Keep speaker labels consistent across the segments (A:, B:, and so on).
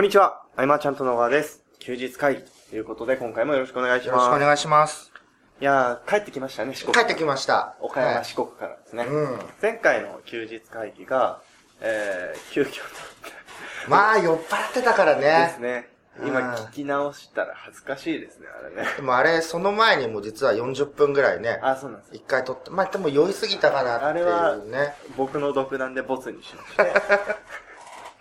A: んにちは。あいまちゃんと野川です。休日会議ということで、今回もよろしくお願いし
B: よ
A: ま
B: ろし
A: す。
B: くお願いします。
A: いやー、帰ってきましたね、四国。
B: 帰ってきました。
A: 岡山、
B: はい
A: 四国からですね、
B: うん。
A: 前回の休日会議が、えー、急遽
B: まあ、酔っ払ってたから
A: だったで
B: ね
A: す。ね。今
B: あー
A: 聞き直したら恥ずかしいですね、あれね。
B: でもあれ、その前にも実は40分ぐらいね、
A: あ、そうなんですよ。
B: 一回撮って、まあでも酔いすぎたかなってい
A: あ
B: うね。
A: 僕の独断でボツにしました。
B: はい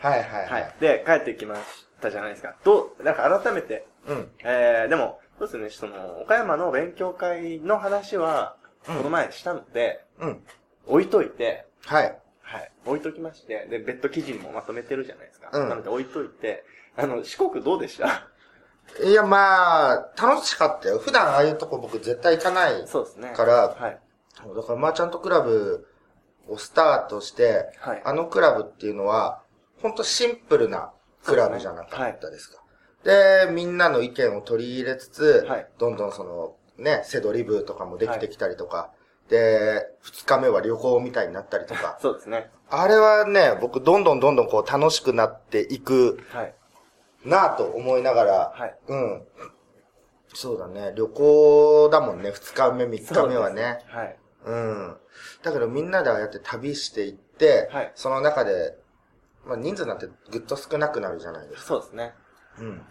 B: はいは。
A: はいい。で、帰ってきましたじゃないですか。どう、なんか改めて、
B: うん。
A: えー、でも、そうですね、その、岡山の勉強会の話は、この前したので、
B: うん。
A: 置いといて、
B: はい。
A: はい。置いときまして、で、別途記事にもまとめてるじゃないですか。
B: うん
A: なので置いといて、あの、四国どうでした
B: いや、まあ、楽しかったよ。普段ああいうとこ僕絶対行かない。
A: そうですね。
B: か
A: は
B: ら
A: い。
B: だから、マーチャントクラブをスタートして、
A: はい
B: あのクラブっていうのは、ほんとシンプルなクラブじゃなかったですか。でみんなの意見を取り入れつつ、
A: はい
B: どんどんその、ね、セドリブーとかもできてきたりとか、で、二日目は旅行みたいになったりとか、
A: そうですね。
B: あれはね、僕どんどんどんどんこう楽しくなっていく
A: はい。
B: なぁと思いながら、
A: はい
B: うん。そうだね、旅行だもんね、二日目、三日目は
A: そ
B: ね。
A: うです。はい。
B: うん。だけどみんなでああやって旅していって、
A: はい
B: その中で、まあ人数なんてぐっと少なくなるじゃないですか。
A: そうですね。
B: うん。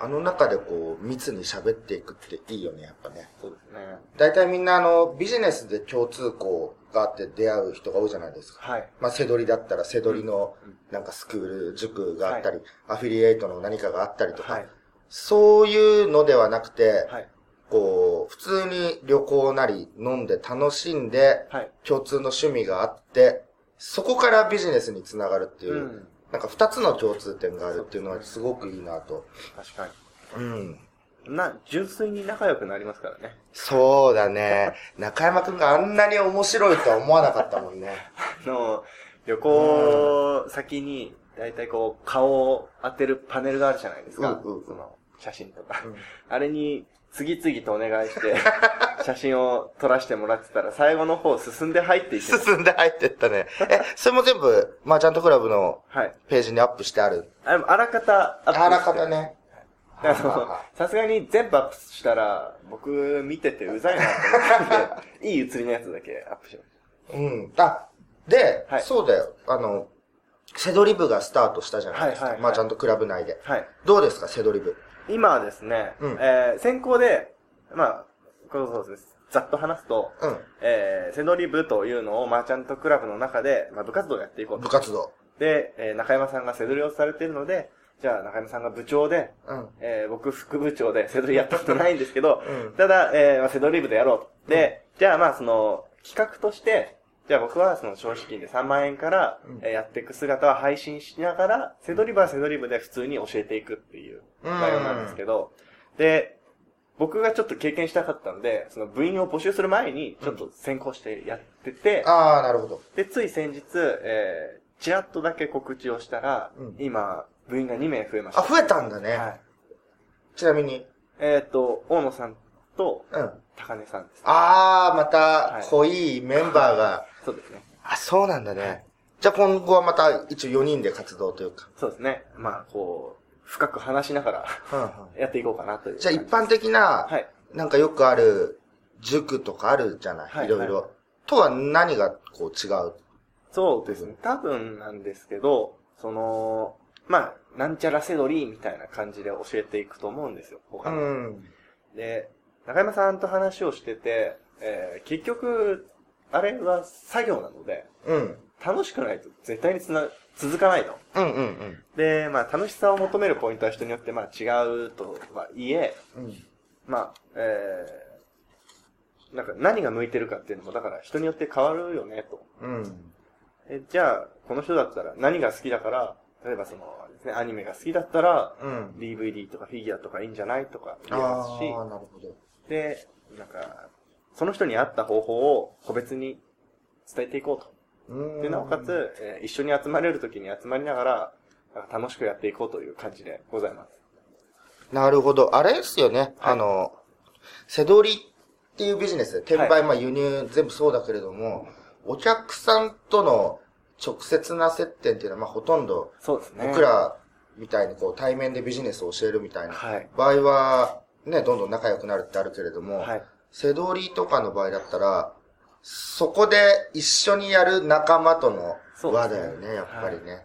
B: あの中でこう、密に喋っていくっていいよね、やっぱね。
A: そうですね。
B: 大体みんなあの、ビジネスで共通項があって出会う人が多いじゃないですか。
A: はい。
B: まあ、セドリだったら、セドリの
A: うんうん、
B: なんかスクール、塾があったり、アフィリエイトの何かがあったりとか、
A: はい。
B: そういうのではなくて、
A: はい。
B: こう、普通に旅行なり飲んで楽しんで、
A: はい。
B: 共通の趣味があって、そこからビジネスにつながるっていう、
A: うん。
B: なんか二つの共通点があるっていうのはすごくいいなと。
A: 確か
B: うん。
A: に。な、純粋に仲良くなりますからね。
B: そうだね。中山くんがあんなに面白いとは思わなかったもんね。
A: あの、旅行先に、だいたいこう、顔を当てるパネルがあるじゃないですか。
B: うんうん
A: その、写真とか。
B: うん
A: あれに、次々とお願い して、写真を撮らせてもらってたら、最後の方進んで入っていってます、
B: 進んで入ってったね。え、それも全部、マーチャントクラブの
A: はい。
B: ページにアップしてある。
A: あのあらかたアップして
B: あらかた。ね。
A: あの、さすがに全部アップしたら、僕見ててうざいなと思ったん で、いい写りのやつだけアップしまし
B: うん。あ、で、
A: はい
B: そうだよ。あの、セドリブがスタートしたじゃないですか。
A: はいはいはい
B: マーチャントクラブ内で。
A: た。はい。
B: どうですか、セドリブ。
A: 今はですね、
B: うん
A: えー先行で、まあ、これそうですね、ざっと話すと、
B: う。
A: えー、セドリ部というのをマーチャントクラブの中で、まあ、部活動をやっていこうんと
B: 部。活動。
A: で、えー中山さんがセドリをされているので、じゃあ中山さんが部長で、
B: うん。
A: えー僕副部長でセドリやったことないんですけど、
B: うん
A: ただ、えーまあ、セドリ部でやろう。で、じゃあまあその、企画として、じゃあ僕はその消費金で3万円から、
B: うん
A: えーやっていく姿は配信しながら、セドリ部はセドリ部で普通に教えていくっていう
B: うん
A: 内容なんですけど、で、僕がちょっと経験したかったので、その部員を募集する前に、ちょっと先行してやってて、
B: ああ、なるほど。
A: で、つい先日、えー、ちらっとだけ告知をしたら、
B: うん
A: 今、部員が2名増えました。
B: あ、増えたんだね。
A: はい。
B: ちなみに。
A: えっ、と、大野さんと
B: うん。
A: 高根さんです。
B: ああ、ま
A: は
B: た
A: い、
B: 濃いメンバーが。
A: そうですね。
B: あ、そうなんだね。じゃあ今後はまた一応4人で活動というか。
A: そうですね。まあ、こう、深く話しながら
B: うんうん。
A: やっていこうかなという。
B: じゃあ一般的な、
A: はい。
B: なんかよくある塾とかあるじゃない、
A: はい
B: い、ろいろ。とは何がこう違う
A: そうですね。多分なんですけど、その、まあ、なんちゃらセドリーみたいな感じで教えていくと思うんですよ。他の
B: ん。
A: で、中山さんと話をしてて、えー結局、あれは作業なので、
B: うん。
A: 楽しくないと絶対につな、続かないと。
B: うんうん
A: で、まあ、楽しさを求めるポイントは人によって、まあ、違うとはいえ、
B: うん。
A: まあ、えー、なんか何が向いてるかっていうのも、だから人によって変わるよね、と。
B: うん。うん。
A: えじゃあ、この人だったら何が好きだから、例えばその、あれですね、アニメが好きだったら、
B: うん。
A: DVD とかフィギュアとかいいんじゃないとか
B: あ
A: 言えます
B: あ
A: し、
B: ー、なるほど。
A: で、なんか、その人に合った方法を個別に伝えていこう
B: う
A: と。
B: ん
A: で、なおかつ、、えー一緒に集まれるときに集まりながら、なんか楽しくやっていこうという感じでございます。
B: なるほど。あれですよね。
A: はい
B: あの、セドリっていうビジネス、転売、
A: はい
B: まあ輸入全部そうだけれども、お客さんとの直接な接点っていうのは、まあほとんど
A: そうですね。
B: 僕らみたいにこう対面でビジネスを教えるみたいな
A: はい。
B: 場合は、ね、どんどん仲良くなるってあるけれども、
A: はい。
B: セドリとかの場合だったら、そこで一緒にやる仲間との輪だよ
A: そうです
B: ね、
A: ね
B: やっぱりね。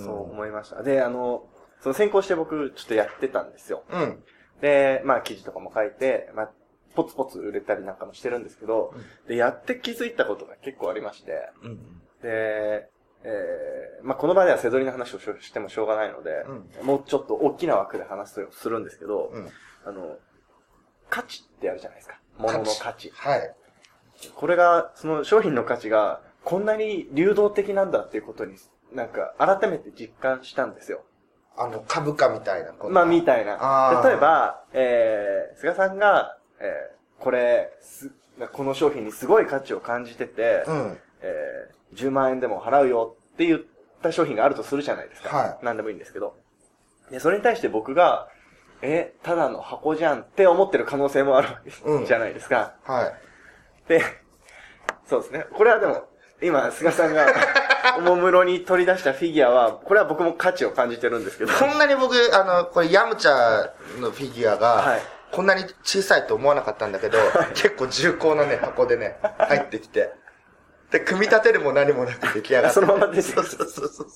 B: ん
A: そう思いました。で、あの、その先行して僕、ちょっとやってたんですよ。
B: うん。
A: で、まあ記事とかも書いて、まあ、ポツポツ売れたりなんかもしてるんですけど、で、やって気づいたことが結構ありまして、
B: うん。
A: で、えー、まあこの場ではセドリの話をしょしてもしょうがないので、もうちょっと大きな枠で話すとするんですけど、
B: うん。
A: あの、価値ってあるじゃないですか。物の価値。
B: はい。
A: これが、その商品の価値がこんなに流動的なんだっていうことに、なんか改めて実感したんですよ。
B: あの、株価みたいな。こんな
A: まあ、みたいな
B: あ。ー
A: 例えば、えー、菅さんが、えー、これ、す、この商品にすごい価値を感じてて、
B: うん。
A: えー、10万円でも払うよって言った商品があるとするじゃないですか。
B: は
A: 何でもいいんですけど。で、それに対して僕が、え、ただの箱じゃんって思ってる可能性もあるわけ
B: うん
A: じゃないですか。
B: はい。
A: で、そうですね。これはでも、今、菅さ んが、おもむろに取り出したフィギュアは、これは僕も価値を感じてるんですけど。
B: こんなに僕、あの、これ、ヤムチャのフィギュア
A: は
B: が
A: い、
B: こんなに小さいと思わなかったんだけど、結構重厚なね、箱でね、入ってきて。で、組み立てるも何もなく出来上がった。
A: そのまま出てき
B: そ
A: た
B: うそうそうそう。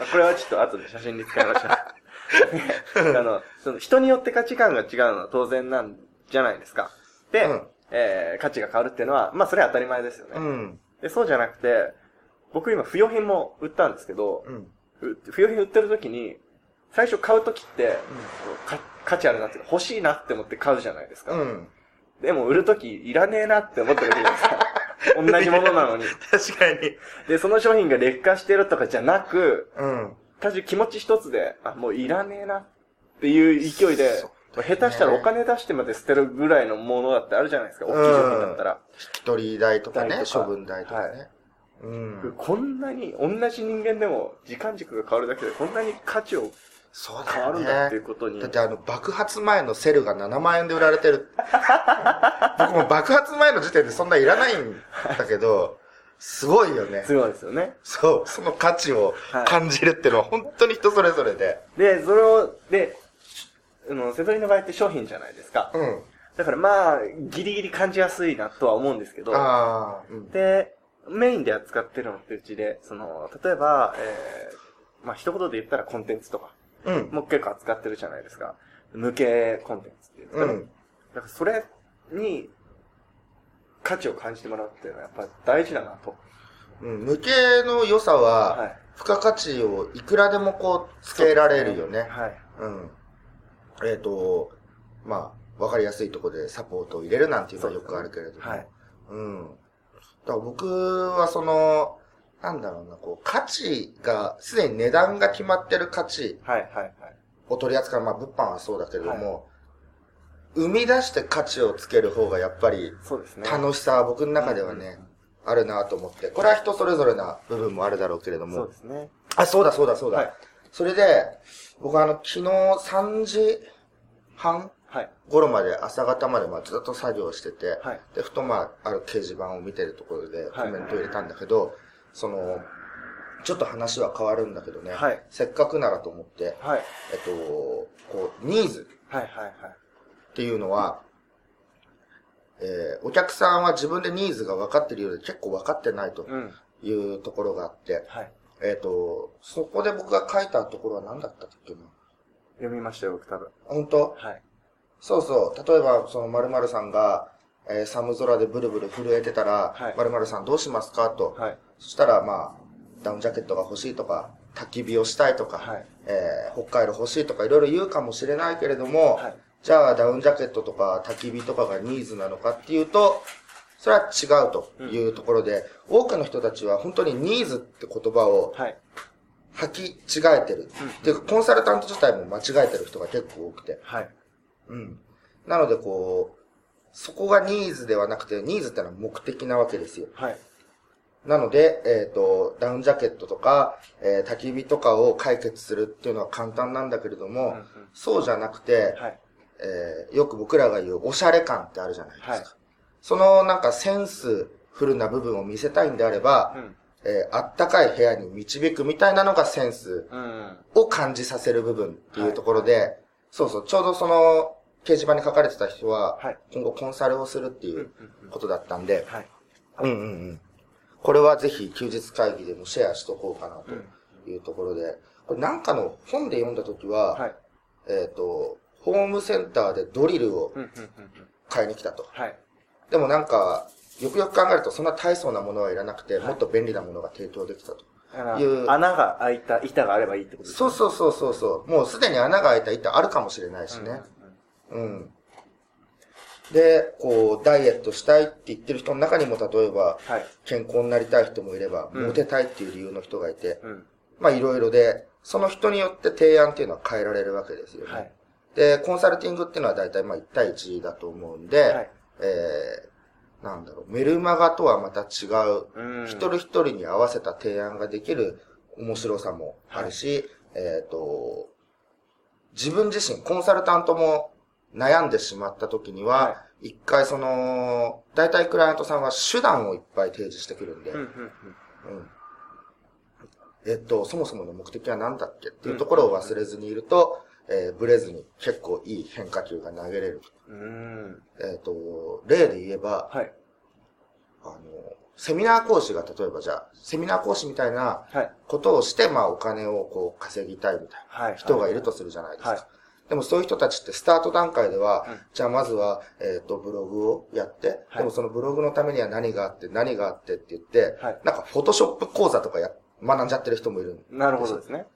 A: あこれはちょっと後で写真に使いましょ う。ねあの、その人によって価値観が違うのは当然なんじゃないですか。で、
B: うん
A: えー価値が変わるっていうのは、まあそれは当たり前ですよね、
B: うん。
A: で。そうじゃなくて、僕今不要品も売ったんですけど、
B: うん。
A: う不要品売ってる時に、最初買う時って、か価値あるなっていうか、欲しいなって思って買うじゃないですか。
B: うん。
A: でも売る時いらねえなって思ってるじゃないですか。 同じものなのに。
B: 確かに。
A: で、その商品が劣化してるとかじゃなく、
B: うん。
A: 単純に気持ち一つで、あ、もういらねえなっていう勢いで、下手したらお金出してまで捨てるぐらいのものだってあるじゃないですか、大きい商品だったら。
B: 引き取り代とかね
A: 代、とか
B: 処分代とかね。うん。
A: こんなに、同じ人間でも時間軸が変わるだけで、こんなに価値を
B: そうだ
A: 変わ
B: よ
A: る
B: ね。
A: んだっていうことに。
B: だってあの、爆発前のセルが7万円で売られてる。 僕も爆発前の時点でそんないらないんだけど、すごいよね。
A: すごいですよね。
B: そう、その価値を
A: はい
B: 感じるっていうのは本当に人それぞれで。
A: で、それを、で、あの、セトリの場合って商品じゃないですか。
B: うん。
A: だからまあ、ギリギリ感じやすいなとは思うんですけど、
B: ああ、うん。
A: で、メインで扱ってるのってうちで、その、例えば、えー、まあ、一言で言ったらコンテンツとか、
B: うん。
A: もう結構扱ってるじゃないですか。無形コンテンツっていうんですか
B: う
A: ね。
B: ん。
A: だからそれに価値を感じてもらうっていうのはやっぱり大事だなと。
B: うん無形の良さ
A: は
B: は、
A: い。
B: 付加価値をいくらでもこう、つけられるよね。
A: はい。
B: うん。えっ、と、まあ、わかりやすいところでサポートを入れるなんていうのはよくあるけれども。
A: はい。
B: うん。だから僕はその、なんだろうな、こう、価値が、すでに値段が決まってる価値
A: はい。はい。はい。
B: を取り扱う、まあ、物販はそうだけれども、生み出して価値をつける方がやっぱり
A: そうですね。
B: 楽しさは僕の中ではね、あるなと思って、これは人それぞれな部分もあるだろうけれど
A: そう
B: も
A: で、すね。
B: あ、そうだそうだそうだ。
A: はい
B: それで、僕はあの、昨日3時半
A: はい。
B: 頃まで、朝方までまあずっと作業してて、
A: はい
B: で、ふとまあ、ある掲示板を見てるところでコ
A: はい
B: メントを入れたんだけど、その、ちょっと話は変わるんだけどね、
A: はい
B: せっかくならと思って、
A: はい。
B: えっと、こう、ニーズ
A: はい。はい。
B: っていうのは、えーお客さんは自分でニーズが分かってるようで結構分かってないと
A: はい。うん。
B: いうところがあって、
A: はい。
B: えっ、と、そこで僕が書いたところは何だったっけな
A: 読みましたよ、僕多分。
B: 本当
A: はい。そう
B: そうそう。例えば、その〇〇さんが、えー寒空でブルブル震えてたら、
A: はい
B: 〇〇さんどうしますかと。
A: はい。
B: そしたら、まあ、ダウンジャケットが欲しいとか、焚き火をしたいとか、
A: はい
B: えー北海道欲しいとかいろいろ言うかもしれないけれども、
A: はい
B: じゃあダウンジャケットとか焚き火とかがニーズなのかっていうと、それは違うというところで、多くの人たちは本当にニーズって言葉を
A: はい。
B: 履き違えてる。っていうか、コンサルタント自体も間違えてる人が結構多くて。
A: はい。
B: うん。なのでこう、そこがニーズではなくて、ニーズってのは目的なわけですよ。
A: はい。
B: なので、えっ、と、ダウンジャケットとか、えー焚き火とかを解決するっていうのは簡単なんだけれども、
A: うんうん
B: そうじゃなくて、
A: はい。
B: えーよく僕らが言うおしゃれ感ってあるじゃないですか。
A: はい
B: そのなんかセンスフルな部分を見せたいんであれば、
A: うん。
B: えーあったかい部屋に導くみたいなのがセンス
A: うん。
B: を感じさせる部分っていうところで、そうそう、ちょうどその掲示板に書かれてた人は、
A: はい
B: 今後コンサルをするっていうことだったんで、
A: はい。
B: うんうんうん。これはぜひ休日会議でもシェアしとこうかな
A: うん
B: というところで、これなんかの本で読んだときは、
A: はい。
B: えっ、と、ホームセンターでドリルを
A: うんうんうんうん。
B: 買いに来たと。
A: はい。
B: でもなんか、よくよく考えるとそんな大層なものはいらなくて、
A: はい
B: もっと便利なものが提供できたと。
A: だから
B: いう
A: 穴が開いた板があればいいってことです
B: そうそうそうそうそう。もうすでに穴が開いた板あるかもしれないしね。うんで、こう、ダイエットしたいって言ってる人の中にも、例えば、
A: はい。
B: 健康になりたい人もいれば、
A: うん
B: モテたいっていう理由の人がいて、
A: うん。
B: まあいろいろで、その人によって提案っていうのは変えられるわけですよね。
A: はい。
B: で、コンサルティングっていうのは大体まあ1対1だと思うんで、
A: はい
B: えー、なんだろう、メルマガとはまた違
A: う
B: う、
A: ん。
B: 一人一人に合わせた提案ができる面白さもあるし、えっ、と、自分自身、コンサルタントも悩んでしまった時に
A: は
B: は、一、回その、大体クライアントさんは手段をいっぱい提示してくるんで、
A: うんうんうん。
B: うんえっと、そもそもの目的は何だっけっていうところを忘れずにいると、えーブレずに結構いい変化球が投げれる。
A: うん。
B: えっと、例で言えば、
A: はい。
B: あの、セミナー講師が例えばじゃあ、セミナー講師みたいな
A: はい。
B: ことをして、まあお金をこう稼ぎたいみたい
A: はい。
B: な人がい
A: る。
B: るとするじゃないですか。
A: はい。
B: でもそういう人たちってスタート段階では、
A: うん
B: じゃあまずは、えっ、と、ブログをやって、
A: はい
B: でもそのブログのためには何があって、何があってって言って、
A: はい
B: なんかフォトショップ講座とかや、学んじゃってる人もいる。
A: なるほどですね。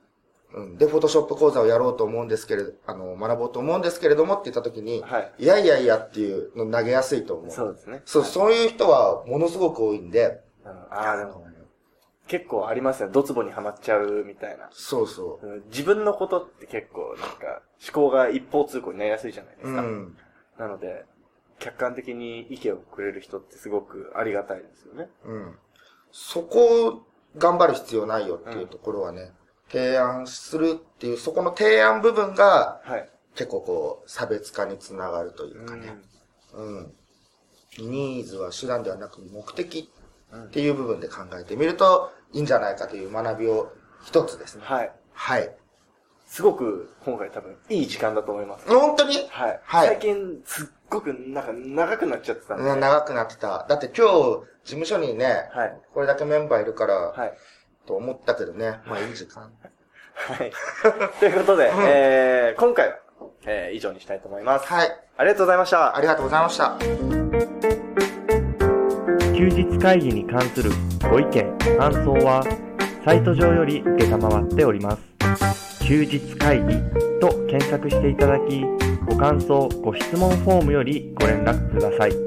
B: うん。で、フォトショップ講座をやろうと思うんですけれど、あの、学ぼうと思うんですけれどもって言った時に、
A: はい。
B: い、やいやいやっていうの投げやすいと思う。
A: そうですね。
B: そう、そういう人はものすごく多いんで、
A: うんああ、でも、結構ありますよ。ドツボにはまっちゃうみたいな。
B: そうそ
A: うん自分のことって結構なんか思考が一方通行になりやすいじゃないで
B: う。
A: す
B: う
A: か。
B: ん。
A: なので、客観的に意見をくれる人ってすごくありがたいですよね。
B: うん。そこを頑張る必要ないよっていうところはね、提案するっていう、そこの提案部分が
A: はい。
B: 結構こう、差別化につながるという
A: う
B: かね。
A: ん
B: うん。ニーズは手段ではなく目的
A: うん
B: っていう部分で考えてみるといいんじゃないかという学びを一つですね。
A: はい。
B: はい。
A: すごく今回多分いい時間だと思います。
B: 本当に
A: はい。
B: はい
A: 最近すっごくなんか長くなっちゃってたんで。
B: うん長くなってた。だって今日、事務所にね、
A: はい
B: これだけメンバーいるから、
A: はい。
B: と思ったけどね。まあいい時間。
A: はい。 ということで、えー今回は、えー以上にしたいと思います。
B: はい。
A: ありがとうございました
B: あ。りがとうございました。
C: 休日会議に関するご意見、感想は、サイト上より受けたまわっております。休日会議と検索していただき、ご感想、ご質問フォームよりご連絡ください。